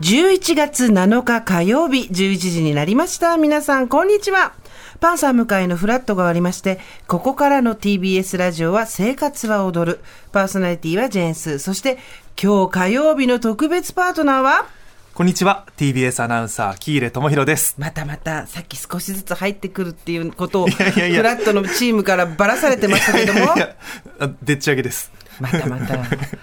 11月7日火曜日11時になりました。皆さん、こんにちは。パンサー向かいのフラットが終わりまして、ここからの TBS ラジオは生活は踊る。パーソナリティはジェーンスー。そして、今日火曜日の特別パートナーはこんにちは TBS アナウンサー喜入智弘ですまたまた、さっき少しずつ入ってくるっていうことを、フラやいやいやットのチームからばらされてましたけども、いやあでっち上げです またまた。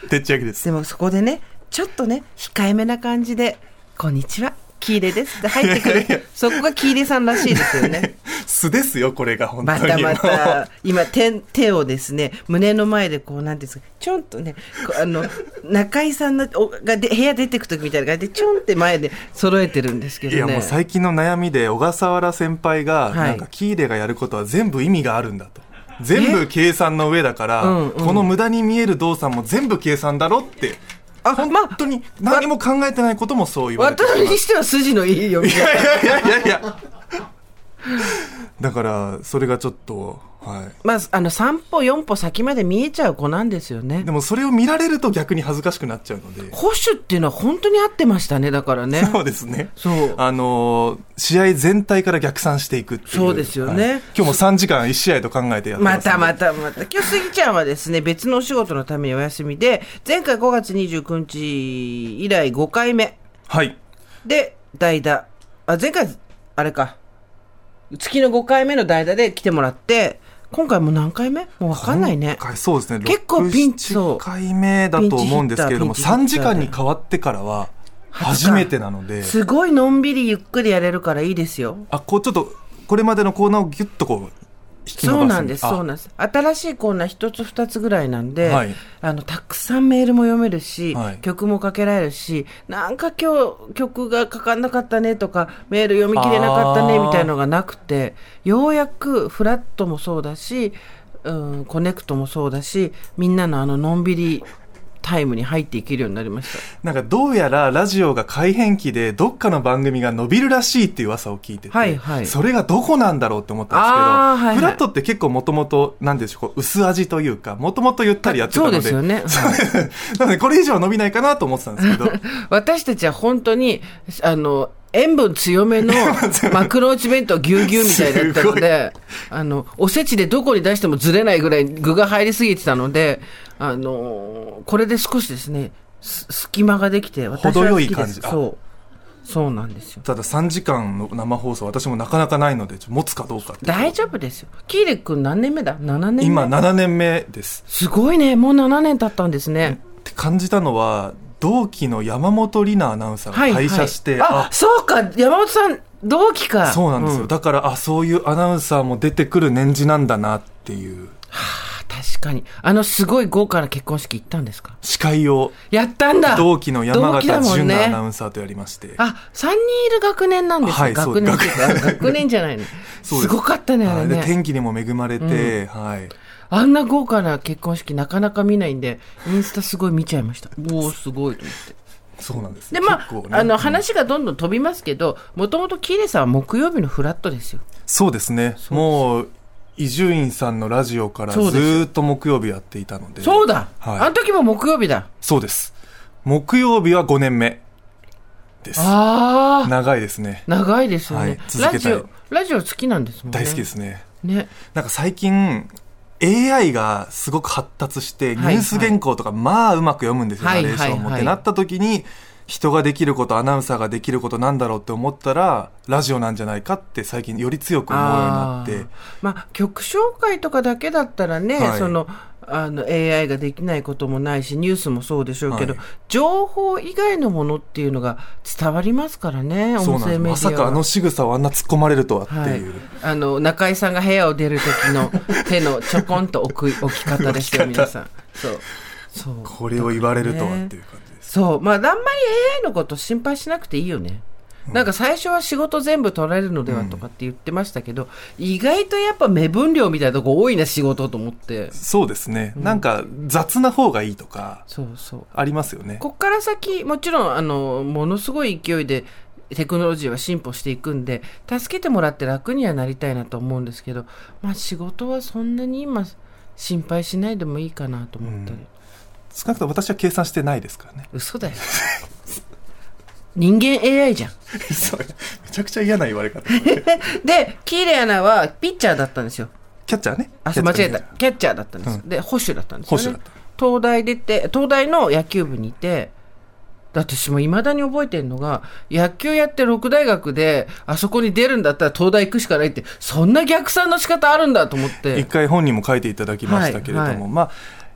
でっち上げですでもそこでね、ちょっとね、控えめな感じで、こんにちは、キーレですって入ってくる。そこがキーレさんらしいですよね。素ですよこれが本当まにたまもうた、今、手、手をですね、胸の前でこう、なんていうんですか、ちょんとね、こうあの、中井さんの、おがで、部屋出てくときみたいな感じで、ちょんって前で揃えてるんですけどいね。やもう最近の悩みで小笠原先輩が、はいなんか喜入がやることは全部意味があるんだと全部計算の上だから、うんうんこの無駄に見える動作も全部計算だろってあ本まあ当に何も考えてないこともそう言われて私るにしては筋のいい読みい方やいやいやいやだからそれがちょっとはいまあ、あの、3歩、4歩先まで見えちゃう子なんですよねで。もそれを見られると逆に恥ずかしくなっちゃうので。保守っていうのは本当に合ってましたね、だからね。そうですね。そうあのー試合全体から逆算していくっていう。そうですよねはい今日も3時間1試合と考えてやってますたまたまた。今日、スギちゃんはですね、別のお仕事のためにお休みで、前回5月29日以来5回目はい。で代打。あ、前回、あれか。月の5回目の代打で来てもらって、今回もう何回目もうわかんないね今。回そうですね。結構ピンチそう1回目だと思うんですけれども、ピンチヒッター3時間に変わってからは初めてなので、すごいのんびりゆっくりやれるからいいですよ。あ、こうちょっと、これまでのコーナーをギュッとこう、引き伸ばすそうなんです、あそうなんです。新しいコーナー一つ二つぐらいなんで、はいあの、たくさんメールも読めるし、はい曲もかけられるし、なんか今日曲がかかんなかったねとか、メール読み切れなかったねあーみたいのがなくて、ようやくフラットもそうだし、うん、コネクトもそうだし、みんなのあの、のんびりタイムに入っていけるようになりました。なんかどうやらラジオが改編期でどっかの番組が伸びるらしいっていう噂を聞いてて、はいはいそれがどこなんだろうって思ったんあーですけど、はいはいフラットって結構もともと、なんでしょう、こう薄味というか、もともとゆったりやってたそのうで、ですよ ね。はいなのでこれ以上伸びないかなと思ってたんですけど、私たちは本当に、あの、塩分強 めの幕の内弁当ぎゅうぎゅうみたいだったので、あの、おせちでどこに出してもずれないぐらい具が入りすぎてたので、あの、これで少しですね、す隙間ができて、私は好程よきいで感じす。そう。そうなんですよ。 ただ3時間の生放送私もなかなかないので、ちょっと持つかどうかって大丈夫ですよ。キーレ君何年目だ ?7 年目。今7年目です。すごいね。もう7年経ったんですね。って感じたのは、同期の山本里奈アナウンサーはい、がはい。退社して、あ、そうか。山本さん、同期か。そうなんですよ。だから、あ、そういうアナウンサーも出てくる年次なんだなっていう。確かに。あの、すごい豪華な結婚式行ったんですか司会をやったんだ同期の山同期だ形もん純ねなアナウンサーとやりまして、あ、3人いる学年なんですか、はいそう学年っていうか、学年じゃないの。 そうすですごかったね、あれはいでね。天気にも恵まれて、はいあんな豪華な結婚式なかなか見ないんで、インスタすごい見ちゃいま した。おおすごいと思って。そうなんですで、まあ、結構ねあの、うん話がどんどん飛びますけど、もともとキーレさんは木曜日のフラットですよ。そうですねもう伊集院さんのラジオからずそうですーっと木曜日やっていたのでそうだ、はいあの時も木曜日だそうです木曜日は5年目ですああ長いですね長いですよね、はい続けたいラジオ、ラジオ好きなんですもんね。。大好きですすねね。なんか最近 AI がすごく発達して、はいニュース原稿とかまあうまく読むんですよ、はいナレーションはも、いはいってなった時に人ができることアナウンサーができることなんだろうって思ったらラジオなんじゃないかって最近より強く思うようになっあてーまあ、曲紹介とかだけだったらね、はいそのあの AI ができないこともないしニュースもそうでしょうけど、はい情報以外のものっていうのが伝わりますからねそう音声なんですメディアはまさかあの仕草をあんな突っ込まれるとはってはいいう、、あの中井さんが部屋を出る時の手のちょこんと置く置き方ですよ置き方皆さんそうそうこれを言われるとはっていう感じです、そうまああんまり AI のこと心配しなくていいよねなんか最初は仕事全部取られるのではとかって言ってましたけど、意外とやっぱ目分量みたいなとこ多いな仕事と思ってそうですね、なんか雑な方がいいとかそうそうありますよねこっから先もちろんあのものすごい勢いでテクノロジーは進歩していくんで助けてもらって楽にはなりたいなと思うんですけど、まあ、仕事はそんなに今心配しないでもいいかなと思ったり、 少なくとも私は計算してないですからね嘘だよ人間 AI じゃん。それめちゃくちゃ嫌な言われ方で、キーレアナはピッチャーだったんですよ。キャッチャーねあ、そう、間違えた。キャッチャーだったんです。で、保守だったんですよ、ね。捕手だった東大出て、東大の野球部にいて、だって私も未だに覚えてるのが、野球やって六大学で、あそこに出るんだったら東大行くしかないって、そんな逆算の仕方あるんだと思っ一て。回本人も書いていただきましたけれども、はいはいまあ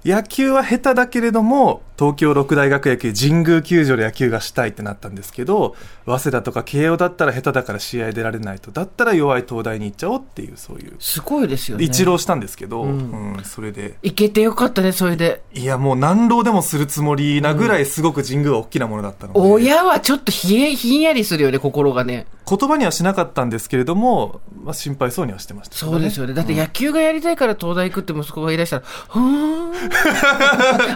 野球は下手だけれども東京六大学野球神宮球場で野球がしたいってなったんですけど早稲田とか慶応だったら下手だから試合出られないとだったら弱い東大に行っちゃおうっていうそういうすごいですよね。一浪したんですけど、んうんそれで行けてよかったね、それで。いやもう何浪でもするつもりなぐらいすごく神宮は大きなものだったので、親はちょっとひえ、ひんやりするよね、心がね。言葉にはしなかったんですけれども、まあ、心配そうにはしてましたけどね、そうですよね。だって野球がやりたいから東大行くって息子がいらしたら、ふーん。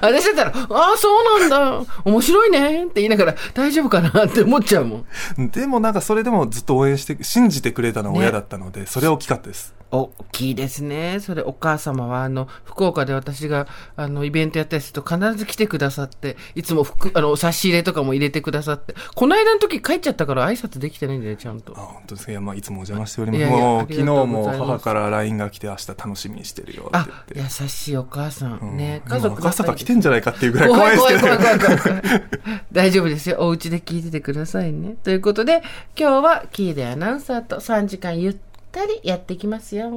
私だったら、ああ、そうなんだ。面白いねって言いながら、大丈夫かなって思っちゃうもん。でもなんかそれでもずっと応援して信じてくれたのは親だったので、それは大きかったです大きいですね。それ、お母様は、あの、福岡で私が、あの、イベントやったりすると必ず来てくださって、いつも服、あの、差し入れとかも入れてくださって、この間の時帰っちゃったから挨拶できてないんだよね、ちゃんとあ。本当ですかいや、まあ、いつもお邪魔しておりますいやいやもうあ昨り日がとうごもざいます母から LINE が来て明日楽しみにしてるよっあて、言って優しいお母さん。うんね、今家族赤坂来てんじゃないかっていうぐらい怖怖いいです怖けいど怖いね怖い怖い怖い大丈夫ですよお家で聞いててくださいねということで今日はキーでアナウンサーと3時間ゆったりやってきますよ